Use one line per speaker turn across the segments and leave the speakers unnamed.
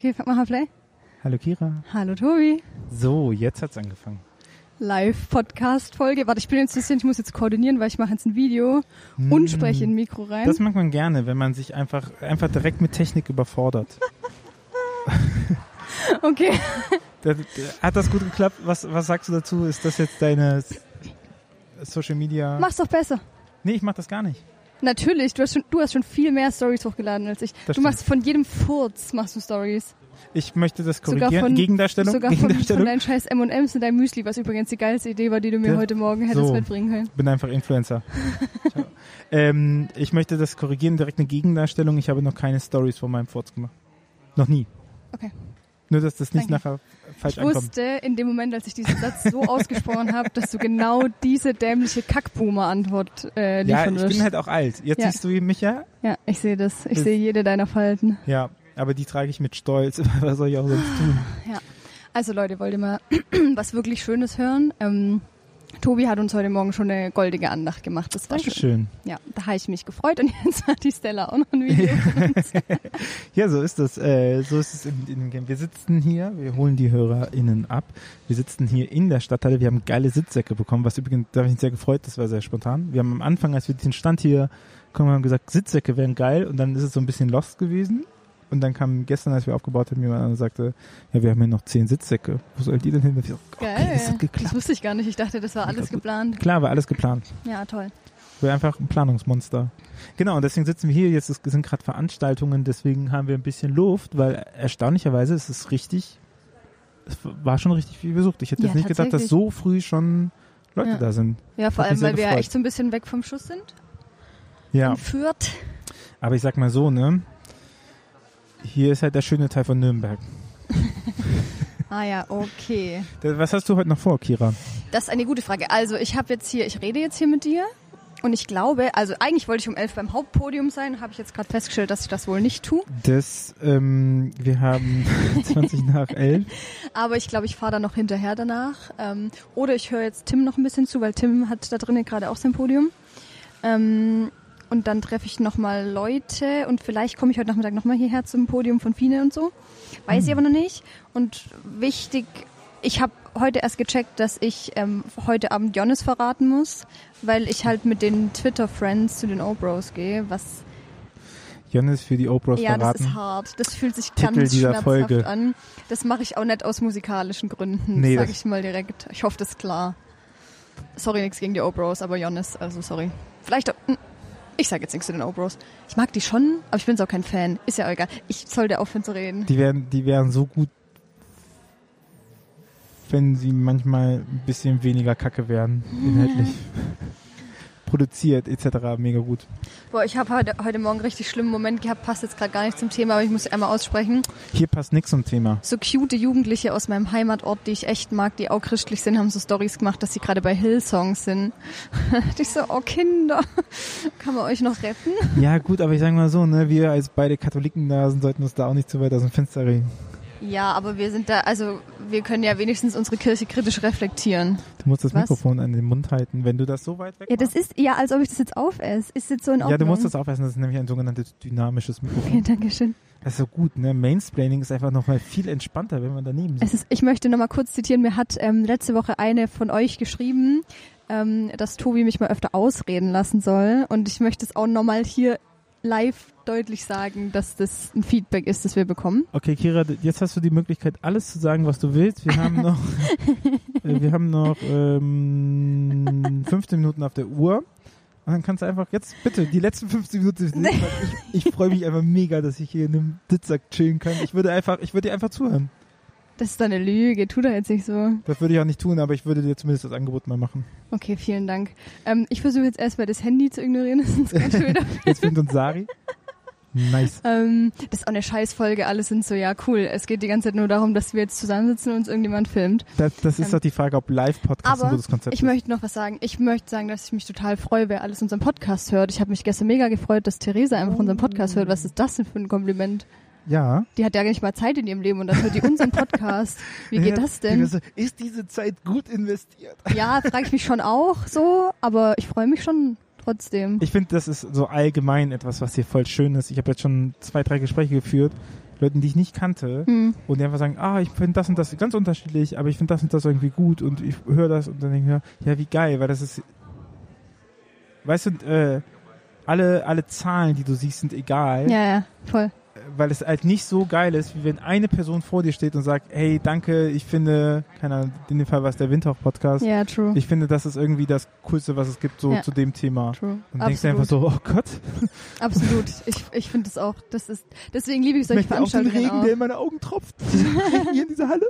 Okay, fang mal auf Play.
Hallo Kira.
Hallo Tobi.
So, jetzt hat's angefangen.
Live-Podcast-Folge. Warte, ich bin jetzt ein bisschen, ich muss jetzt koordinieren, weil ich mache jetzt ein Video und spreche in ein Mikro rein.
Das mag man gerne, wenn man sich einfach, einfach direkt mit Technik überfordert.
okay.
Da- da- Hat das gut geklappt? Was, was sagst du dazu? Ist das jetzt deine S- Social Media?
Mach's doch besser.
Nee, ich mach das gar nicht.
Natürlich, du hast schon, du hast schon viel mehr Stories hochgeladen als ich. du
stimmt.
machst von jedem Furz machst du Stories.
Ich möchte das
Sogar
korrigieren.
von-
Gegendarstellung?
Sogar von, von
Gegendarstellung?
deinen scheiß M&M's und deinem Müsli, was übrigens die geilste Idee war, die du mir
Ja,
heute Morgen hättest
so.
mitbringen können.
bin einfach Influencer. Ciao. ähm, ich möchte das korrigieren, direkt eine Gegendarstellung. Ich habe noch keine Stories von meinem Furz gemacht. Noch nie.
Okay.
Nur, dass das nicht
Danke.
nachher falsch
Ich
ankommt.
wusste in dem Moment, als ich diesen Satz so ausgesprochen habe, dass du genau diese dämliche Kackboomer-Antwort äh,
Ja,
liefern
ich
wirst.
bin halt auch alt. Jetzt
Ja.
siehst du mich ja.
ja, ich sehe das. Ich
Das-
sehe jede deiner Falten.
Ja, aber die trage ich mit Stolz. Was soll ich auch sonst tun?
Also Leute, wollt ihr mal was wirklich Schönes hören? Ähm, Tobi hat uns heute Morgen schon eine goldige Andacht gemacht. Das war schön.
Dankeschön.
Ja, da habe ich mich gefreut und jetzt hat die Stella auch noch ein Video.
Ja, so ist das. Äh, so ist es in, in dem Game. Wir sitzen hier, wir holen die HörerInnen ab. Wir sitzen hier in der Stadthalle. Wir haben geile Sitzsäcke bekommen, was übrigens, da habe ich mich sehr gefreut, das war sehr spontan. Wir haben am Anfang, als wir diesen Stand hier kommen, haben gesagt, Sitzsäcke wären geil und dann ist es so ein bisschen lost gewesen. Und dann kam gestern, als wir aufgebaut haben, jemand an und sagte, ja, wir haben hier noch zehn Sitzsäcke. Wo soll die denn hin? Und ich so, okay,
Geil.
oh das hat
Das
geklappt.
wusste ich gar nicht. Ich dachte, das war alles geplant.
Klar, war alles geplant.
Ja, toll.
Wir sind einfach ein Planungsmonster. Genau, und deswegen sitzen wir hier. Jetzt ist, sind gerade Veranstaltungen, deswegen haben wir ein bisschen Luft, weil erstaunlicherweise ist es richtig, es war schon richtig viel besucht. Ich hätte
Ja,
jetzt nicht gedacht, dass
tatsächlich.
so früh schon Leute
Ja.
da sind.
Ja, vor
Hat
allem,
mich sehr
weil wir ja
gefreut.
echt so ein bisschen weg vom Schuss sind.
Ja,
In Fürth.
aber ich sag mal so, ne? Hier ist halt der schöne Teil von Nürnberg.
Ah ja, okay.
Da- Was hast du heute noch vor, Kira?
Das ist eine gute Frage. Also ich habe jetzt hier, ich rede jetzt hier mit dir und ich glaube, also eigentlich wollte ich um elf beim Hauptpodium sein, habe ich jetzt gerade festgestellt, dass ich das wohl nicht tue.
Das, ähm, wir haben 20 nach 11.
Aber ich glaube, ich fahre da noch hinterher danach. Ähm, oder ich höre jetzt Tim noch ein bisschen zu, weil Tim hat da drinnen gerade auch sein Podium. Ähm, und dann treffe ich nochmal Leute und vielleicht komme ich heute Nachmittag nochmal hierher zum Podium von Fine und so. Weiß ich aber noch nicht. Und wichtig, ich habe heute erst gecheckt, dass ich ähm, heute Abend Jonas verraten muss, weil ich halt mit den Twitter-Friends zu den Obros gehe, was
Jonas für die Oprahs
ja, das
verraten.
ist hart. Das fühlt sich
Titel
ganz
dieser
schmerzhaft
Folge.
an. Das mache ich auch nicht aus musikalischen Gründen,
Nee,
nee, sage
das-
ich mal direkt. Ich hoffe, das ist klar. Sorry, nichts gegen die Obros, aber Jonas, also sorry. Vielleicht, hm, ich sage jetzt nichts zu den Obros. Ich mag die schon, aber ich bin so kein Fan. Ist ja auch egal. Ich sollte aufhören zu reden.
Die wären, die wären so gut, wenn sie manchmal ein bisschen weniger Kacke wären, inhaltlich. Produziert, etc. Mega gut.
Boah, ich habe heute, heute Morgen einen richtig schlimmen Moment gehabt, passt jetzt gerade gar nicht zum Thema, aber ich muss sie einmal aussprechen.
Hier passt nichts zum Thema.
so cute Jugendliche aus meinem Heimatort, die ich echt mag, die auch christlich sind, haben so Stories gemacht, dass sie gerade bei Hillsong sind. Und ich so, oh Kinder, kann man euch noch retten?
Ja, gut, aber ich sage mal so, ne, wir als beide Katholiken da sind, sollten uns da auch nicht zu weit aus dem Fenster reden.
Ja, aber wir sind da, also wir können ja wenigstens unsere Kirche kritisch reflektieren.
Du musst das
Was?
Mikrofon an den Mund halten, wenn du das so weit weg
Ja, das ist ja, als ob ich das jetzt aufesse. Ist jetzt so in
machst.
Ordnung.
Ja, du musst das aufpassen, das ist nämlich ein sogenanntes dynamisches Mikrofon.
Okay, danke schön.
Das ist so gut, ne? Mainsplaining ist einfach nochmal viel entspannter, wenn man daneben sitzt.
Es ist, ich möchte nochmal kurz zitieren, mir hat ähm, letzte Woche eine von euch geschrieben, ähm, dass Tobi mich mal öfter ausreden lassen soll. Und ich möchte es auch nochmal hier live deutlich sagen, dass das ein Feedback ist, das wir bekommen.
Okay, Kira, d- jetzt hast du die Möglichkeit, alles zu sagen, was du willst. Wir haben noch, äh, wir haben noch ähm, 15 Minuten auf der Uhr. Und dann kannst du einfach jetzt, bitte, die letzten 15 Minuten. sind- Ich, ich freue mich einfach mega, dass ich hier in einem Sitzsack chillen kann. Ich würde einfach, ich würde dir einfach zuhören.
Das ist doch eine Lüge, tu doch jetzt nicht so.
Das würde ich auch nicht tun, aber ich würde dir zumindest das Angebot mal machen.
Okay, vielen Dank. Ähm, ich versuche jetzt erstmal das Handy zu ignorieren, sonst kann ich schon wieder.
Jetzt findet uns Sari. Nice.
Ähm, das ist auch eine Scheißfolge, alle sind so, ja cool. Es geht die ganze Zeit nur darum, dass wir jetzt zusammensitzen und uns irgendjemand filmt.
Das, das ist doch die Frage, ob Live-Podcast ein
Aber
gutes Konzept
Ich
ist.
möchte noch was sagen. Ich möchte sagen, dass ich mich total freue, wer alles unseren Podcast hört. Ich habe mich gestern mega gefreut, dass Theresa einfach unseren Podcast hört. Was ist das denn für ein Kompliment?
Ja.
Die hat ja gar nicht mal Zeit in ihrem Leben und dann hört die unseren Podcast. Wie geht das denn?
Ist diese Zeit gut investiert?
Ja, frage ich mich schon auch so, aber ich freue mich schon trotzdem.
Ich finde, das ist so allgemein etwas, was hier voll schön ist. Ich habe jetzt schon zwei, drei Gespräche geführt Leuten, die ich nicht kannte
Hm.
und die einfach sagen, ah, ich finde das und das ganz unterschiedlich, aber ich finde das und das irgendwie gut und ich höre das und dann denke ich mir, ja, wie geil, weil das ist, weißt du, äh, alle, alle Zahlen, die du siehst, sind egal,
Ja, ja, voll.
weil es halt nicht so geil ist, wie wenn eine Person vor dir steht und sagt, hey, danke, ich finde, keine Ahnung, in dem Fall war es der Windhoff-Podcast,
Ja, true.
ich finde, das ist irgendwie das Coolste, was es gibt, so
Ja.
zu dem Thema.
True.
Und denkst du
Absolut.
einfach so, oh Gott,
Absolut. Ich, ich finde das auch. Das ist, deswegen liebe ich
ich Genau.
solche
möchte auch den
Veranstaltungen
Regen,
auch.
der in meine Augen tropft. Regen hier in dieser Halle.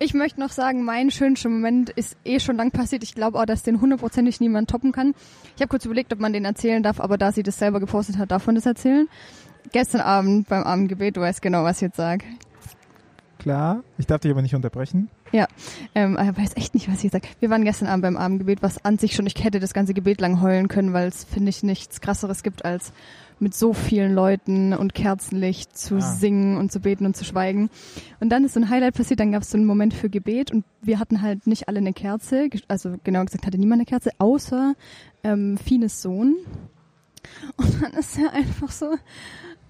Ich möchte noch sagen, mein schönster Moment ist eh schon lang passiert. Ich glaube auch, dass den hundertprozentig niemand toppen kann. Ich habe kurz überlegt, ob man den erzählen darf, aber da sie das selber gepostet hat, darf man das erzählen. Gestern Abend beim Abendgebet, du weißt genau, was ich jetzt sage.
Klar, ich darf dich aber nicht unterbrechen.
Ähm, ich weiß echt nicht, was ich sage. Wir waren gestern Abend beim Abendgebet, was an sich schon, ich hätte das ganze Gebet lang heulen können, weil es, finde ich, nichts krasseres gibt, als mit so vielen Leuten und Kerzenlicht zu
Ah.
singen und zu beten und zu schweigen. Und dann ist so ein Highlight passiert, dann gab es so einen Moment für Gebet und wir hatten halt nicht alle eine Kerze, ges- also genau gesagt hatte niemand eine Kerze, außer ähm, Fines Sohn. Und dann ist er einfach so,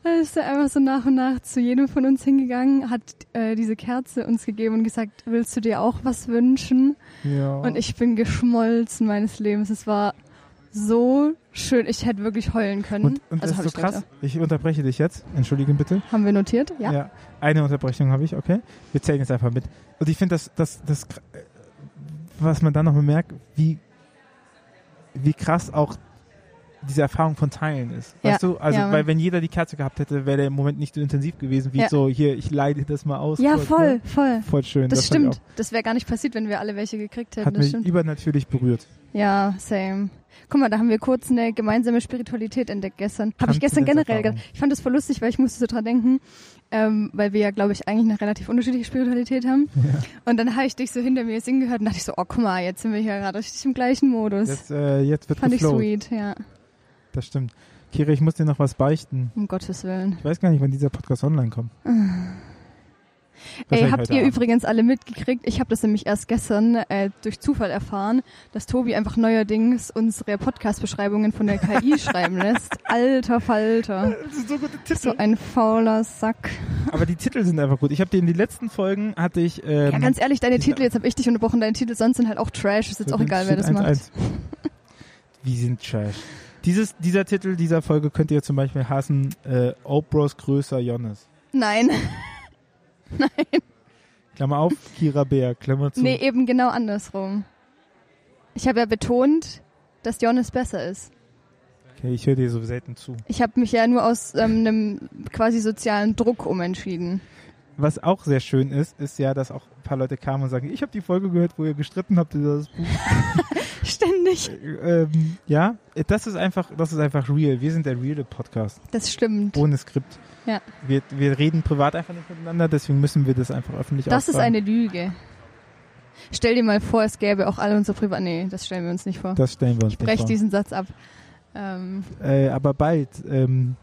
dann ist er einfach so nach und nach zu jedem von uns hingegangen, hat äh, diese Kerze uns gegeben und gesagt, willst du dir auch was wünschen?
Ja.
Und ich bin geschmolzen meines Lebens. Es war so schön. Ich hätte wirklich heulen können.
Und, und
also
das
hab
ist
ich
so krass.
gedacht,
Ich unterbreche dich jetzt. Entschuldigen bitte.
ja. Haben wir notiert? Ja.
Eine Unterbrechung habe ich, okay. Wir zählen jetzt einfach mit. Und ich finde, das, das, das, kr- äh, was man dann noch bemerkt, wie, wie krass auch diese Erfahrung von Teilen ist.
Ja,
Weißt du? Also,
ja, Mann.
weil wenn jeder die Kerze gehabt hätte, wäre der im Moment nicht so intensiv gewesen, wie
Ja.
so, hier, ich leide das mal aus.
Ja,
kurz,
voll,
Ne?
voll.
Voll schön.
Das,
fand ich
stimmt. Das wäre gar nicht passiert, wenn wir alle welche gekriegt
auch-
hätten.
Hat
das
mich
stimmt.
übernatürlich berührt.
Ja, same. Guck mal, da haben wir kurz eine gemeinsame Spiritualität entdeckt gestern. Habe ich
Kannst du
gestern
das
generell
erfahren?
gedacht. Ich fand das voll lustig, weil ich musste so dran denken, ähm, weil wir ja, glaube ich, eigentlich eine relativ unterschiedliche Spiritualität haben. Und dann habe ich dich so hinter mir singen gehört und dachte ich so, oh, guck mal, jetzt sind wir hier gerade richtig im gleichen Modus.
Jetzt, äh, jetzt wird
fand ich
geflowt.
sweet, ja.
Das stimmt. Kira, ich muss dir noch was beichten.
Um Gottes Willen.
Ich weiß gar nicht, wann dieser Podcast online kommt.
Ey,
Wahrscheinlich
Ah. habt
heute
ihr
Abend.
übrigens alle mitgekriegt? Ich habe das nämlich erst gestern äh, durch Zufall erfahren, dass Tobi einfach neuerdings unsere Podcast-Beschreibungen von der KI schreiben lässt. Alter Falter.
Das sind so gute Titel.
So ein fauler Sack.
Aber die Titel sind einfach gut. Ich habe dir in die letzten Folgen hatte ich. Ähm,
Ja, ganz ehrlich, deine
die-
Titel, jetzt habe ich dich unterbrochen, deine Titel sonst sind halt auch Trash, ist jetzt auch egal, wer das macht.
Wie sind Trash. Dieses, dieser Titel dieser Folge könnt ihr zum Beispiel hassen, äh, Obros größer Jonas.
Nein,
Klammer auf, Kira Bär, Klammer zu.
nee, eben genau andersrum. Ich habe ja betont, dass Jonas besser ist.
Okay, ich höre dir so selten zu.
Ich habe mich ja nur aus ähm, einem quasi sozialen Druck umentschieden.
Was auch sehr schön ist, ist ja, dass auch ein paar Leute kamen und sagen, ich habe die Folge gehört, wo ihr gestritten habt über das Buch.
Ständig.
ähm, ja, das ist einfach, das ist einfach real. Wir sind der reale Podcast.
Das stimmt.
Ohne Skript.
Ja.
Wir, wir reden privat einfach nicht miteinander, deswegen müssen wir das einfach öffentlich
Das ist
austragen.
eine Lüge. Stell dir mal vor, es gäbe auch alle unsere Privat... Nee, das stellen wir uns nicht vor.
Das stellen wir uns
Brech
nicht
diesen Satz ab. Ähm,
vor. Äh, aber bald. Ähm,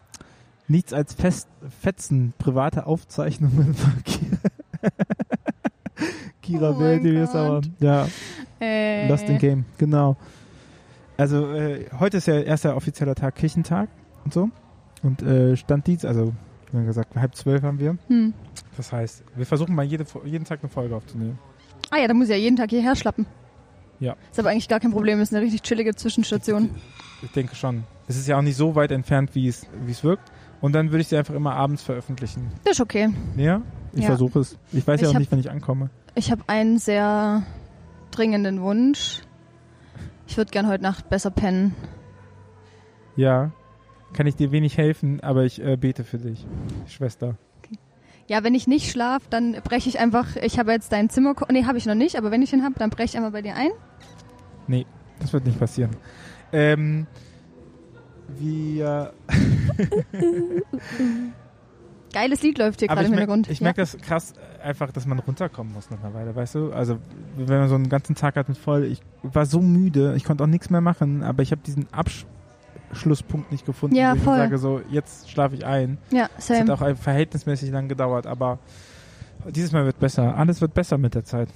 nichts als Fest, Fetzen, private Aufzeichnungen von Kira. Kira
Oh
will
mein
die wir sauer.
Gott.
Ja,
äh,
Lost in Game, genau. Also äh, heute ist ja erster offizieller Tag, Kirchentag und so. Und äh, Stand dies, also wie gesagt, halb zwölf haben wir.
hm.
Das heißt, wir versuchen mal jede, Fo- jeden Tag eine Folge aufzunehmen.
Ah ja, da muss ich ja jeden Tag hierher schlappen.
Ja.
Ist aber eigentlich gar kein Problem, ist eine richtig chillige Zwischenstation.
Ich denke schon. Es ist ja auch nicht so weit entfernt, wie es, wie es wirkt. Und dann würde ich sie einfach immer abends veröffentlichen.
Das ist okay.
Ja? Ich
Ja.
versuche es. Ich weiß
Ich
ja auch
hab-
nicht, wann ich ankomme.
Ich habe einen sehr dringenden Wunsch. Ich würde gern heute Nacht besser pennen.
Ja. Kann ich dir wenig helfen, aber ich äh, bete für dich, Schwester.
Ja, wenn ich nicht schlafe, dann breche ich einfach. Ich habe jetzt dein Zimmer. Nee, habe ich noch nicht, aber wenn ich ihn habe, dann breche ich einmal bei dir ein.
Das wird nicht passieren. Ähm, wir.
Geiles Lied läuft hier
aber
gerade
ich
im
merk-
Hintergrund.
ich
ja.
merke das krass, äh, einfach, dass man runterkommen muss nach einer Weile, weißt du? Also, wenn man so einen ganzen Tag hat mit voll, ich war so müde, ich konnte auch nichts mehr machen, aber ich habe diesen Abschlusspunkt nicht gefunden,
Ja,
wo ich
voll.
sage so, jetzt schlafe ich ein.
ja,
Es hat
same.
auch ein- verhältnismäßig lang gedauert, aber dieses Mal wird besser. Alles wird besser mit der Zeit.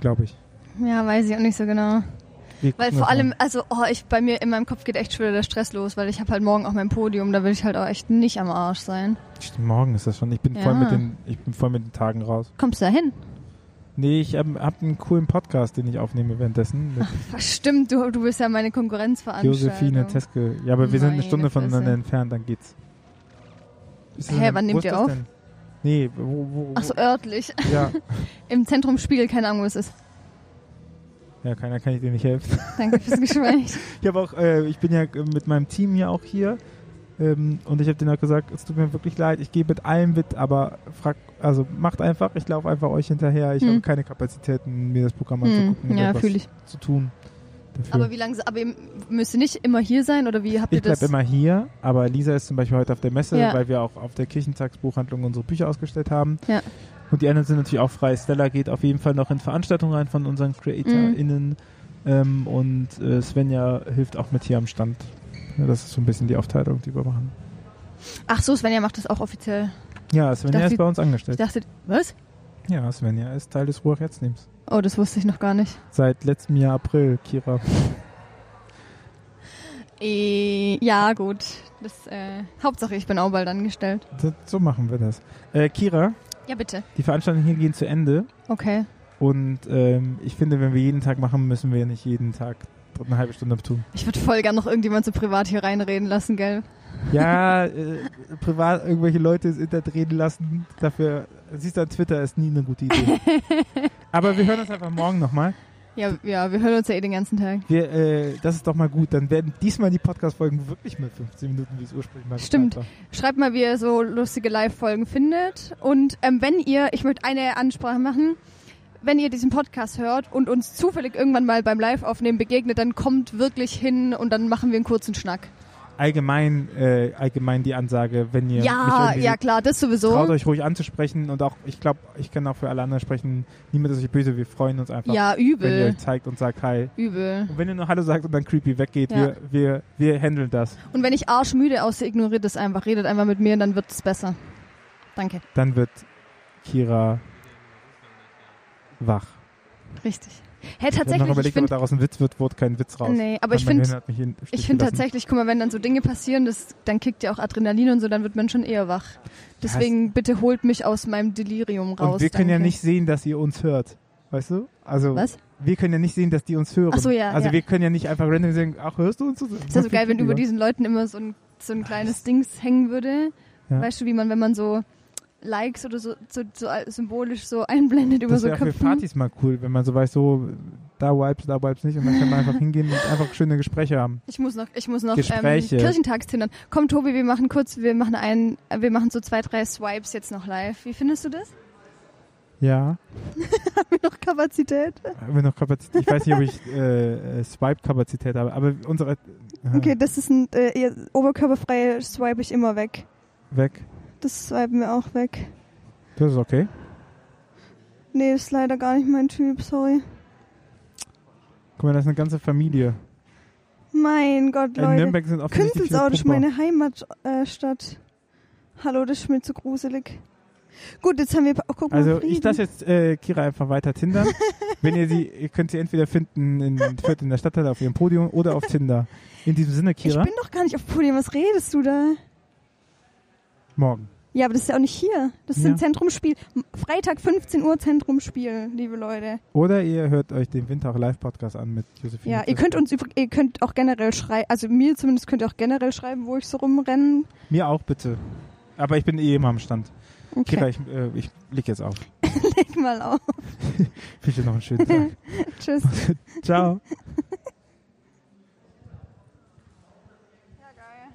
Glaube ich.
Ja, weiß ich auch nicht so genau.
Wir
Weil
gucken
vor
das
allem,
an.
also oh, ich, bei mir in meinem Kopf geht echt schon wieder der Stress los, weil ich habe halt morgen auch mein Podium, da will ich halt auch echt nicht am Arsch sein.
Stimmt, Morgen ist das schon. Ich bin,
Ja.
voll mit den, ich bin voll mit den Tagen raus.
Kommst du da hin?
Nee, ich habe hab einen coolen Podcast, den ich aufnehme währenddessen mit
Stimmt, du, du bist ja meine Konkurrenzveranstaltung.
Josephine Teske. Ja, aber wir sind eine
Meine
Stunde voneinander
Fresse.
entfernt, dann geht's. Ist das
Hä,
denn-
wann
wo
nehmt
ist
ihr
das
auf?
Denn? Nee, wo, wo, wo?
Ach so, örtlich.
Ja.
Im Zentrum Spiegel, keine Ahnung, wo es ist.
ja, keiner kann ich dir nicht helfen.
Danke fürs Gespräch.
Ich, hab auch, äh, ich bin ja äh, mit meinem Team hier auch hier ähm, und ich habe denen auch gesagt, es tut mir wirklich leid, ich gehe mit allem mit, aber frag, also macht einfach, ich laufe einfach euch hinterher, ich
Hm.
habe keine Kapazitäten, mir das Programm
Hm,
anzugucken
ja,
oder was
fühle ich.
zu tun. Dafür.
Aber wie lange, aber ihr müsst ihr nicht immer hier sein oder wie habt ihr
Ich
das?
bleibe immer hier, aber Lisa ist zum Beispiel heute auf der Messe,
Ja.
weil wir auch auf der Kirchentagsbuchhandlung unsere Bücher ausgestellt haben.
Ja.
Und die anderen sind natürlich auch frei. Stella geht auf jeden Fall noch in Veranstaltungen rein von unseren CreatorInnen. Ähm, und äh, Svenja hilft auch mit hier am Stand. Ja, das ist so ein bisschen die Aufteilung, die wir machen.
Ach so, Svenja macht das auch offiziell.
Ja, Svenja
dachte,
ist bei uns
Ich
angestellt.
dachte, was?
Ja, Svenja ist Teil des ruhr jetzt teams
Oh, das wusste ich noch gar nicht.
Seit letztem Jahr April, Kira.
Äh, ja, gut. Das, äh, Hauptsache, ich bin auch bald angestellt.
So- So machen wir das. Äh, Kira,
Ja, bitte.
die Veranstaltungen hier gehen zu Ende.
Okay.
Und ähm, ich finde, wenn wir jeden Tag machen, müssen wir nicht jeden Tag eine halbe Stunde tun.
Ich würde voll gern noch irgendjemand so privat hier reinreden lassen, gell?
Ja, äh, privat irgendwelche Leute ins Internet reden lassen, dafür, siehst du an Twitter, ist nie eine gute Idee. Aber wir hören uns einfach morgen nochmal.
Ja, ja, wir hören uns ja eh den ganzen Tag.
Wir, äh, das ist doch mal gut. Dann werden diesmal die Podcast-Folgen wirklich mit 15 Minuten, wie es ursprünglich mal
Stimmt.
geplant
Schreibt mal, wie ihr so lustige Live-Folgen findet. Und ähm, wenn ihr, ich möchte eine Ansprache machen, wenn ihr diesen Podcast hört und uns zufällig irgendwann mal beim Live-Aufnehmen begegnet, dann kommt wirklich hin und dann machen wir einen kurzen Schnack.
war. Allgemein, äh, allgemein die Ansage, wenn ihr mich
Ja,
irgendwie
ja klar, das sowieso.
traut euch ruhig anzusprechen und auch, ich glaube, ich kann auch für alle anderen sprechen, niemand ist euch böse, wir freuen uns einfach,
Ja,
wenn ihr
übel.
euch zeigt und sagt, hi.
Übel.
Und wenn ihr nur Hallo sagt und dann creepy weggeht,
Ja.
wir, wir, wir handeln das.
Und wenn ich arschmüde aussehe, ignoriert es einfach. Redet einfach mit mir, dann wird es besser. Danke.
Dann wird Kira wach.
Richtig. Hey,
Ich habe noch
tatsächlich, ich
überlegt, ob
finde
daraus ein Witz wird, wurde kein Witz raus.
Nee, aber ich
Mein
find-
Gehirn hat mich in-
ich
stecken
find
lassen.
tatsächlich, guck mal, wenn dann so Dinge passieren, das, dann kickt ja auch Adrenalin und so, dann wird man schon eher wach. Deswegen bitte holt mich aus meinem Delirium raus.
Und wir können ja
danke.
nicht sehen, dass ihr uns hört. Weißt du? Also,
Was?
wir können ja nicht sehen, dass die uns hören.
Ach so, ja,
also,
ja.
wir können ja nicht einfach random sagen, ach, hörst du uns? Das
Ist ja so geil, wenn über diesen Leuten immer so ein, so ein kleines Dings hängen würde.
Ja.
Weißt du, wie man, wenn man so Likes oder so, so, so äh, symbolisch so einblendet über
Das
so
wäre auch für
Köpfen.
Partys mal cool, wenn man so weiß, so, da wipes, da wipes nicht. Und dann kann man einfach hingehen und einfach schöne Gespräche haben.
Ich muss noch, ich muss noch ähm,
Gespräche.
Kirchentagstindern. Komm, Tobi, wir machen kurz, wir machen einen, äh, wir machen so zwei, drei Swipes jetzt noch live. Wie findest du das?
Ja.
Haben wir noch Kapazität?
Haben wir noch Kapazität? Ich weiß nicht, ob ich äh, äh, Swipe-Kapazität habe, aber unsere. Aha,
Okay, das ist ein äh, ihr- oberkörperfrei swipe ich immer weg.
Weg.
Das swipen wir auch weg.
Das ist okay.
Nee, ist leider gar nicht mein Typ, sorry.
Guck mal, das ist eine ganze Familie.
Mein Gott,
In
Leute.
Nürnberg sind offensichtlich
Künzelsau, das
viele
ist
Pumper.
meine Heimatstadt. Hallo, das ist mir zu gruselig. Gut, jetzt haben wir. Oh, guck mal,
Also
Frieden.
ich lasse jetzt äh, Kira einfach weiter tindern. Wenn ihr sie, ihr könnt sie entweder finden in Fürth in der Stadthalle auf ihrem Podium oder auf Tinder. In diesem Sinne,
ich
Kira,
bin doch gar nicht auf Podium, was redest du da?
morgen.
Ja, aber das ist ja auch nicht hier. Das ist
Ja.
ein Zentrumsspiel. M- Freitag 15 Uhr Zentrumsspiel, liebe Leute.
Oder ihr hört euch den Winter auch Live-Podcast an mit Josephine.
Ja, ihr
Ziske.
könnt uns übr- ihr könnt auch generell schreiben, also mir zumindest könnt ihr auch generell schreiben, wo ich so rumrenne.
Mir auch bitte. Aber ich bin eh immer am Stand. Kira,
Okay,
ich, äh, ich leg jetzt auf.
leg mal auf.
Ich wünsche dir noch einen schönen Tag.
Tschüss.
Ciao.
Ja, geil.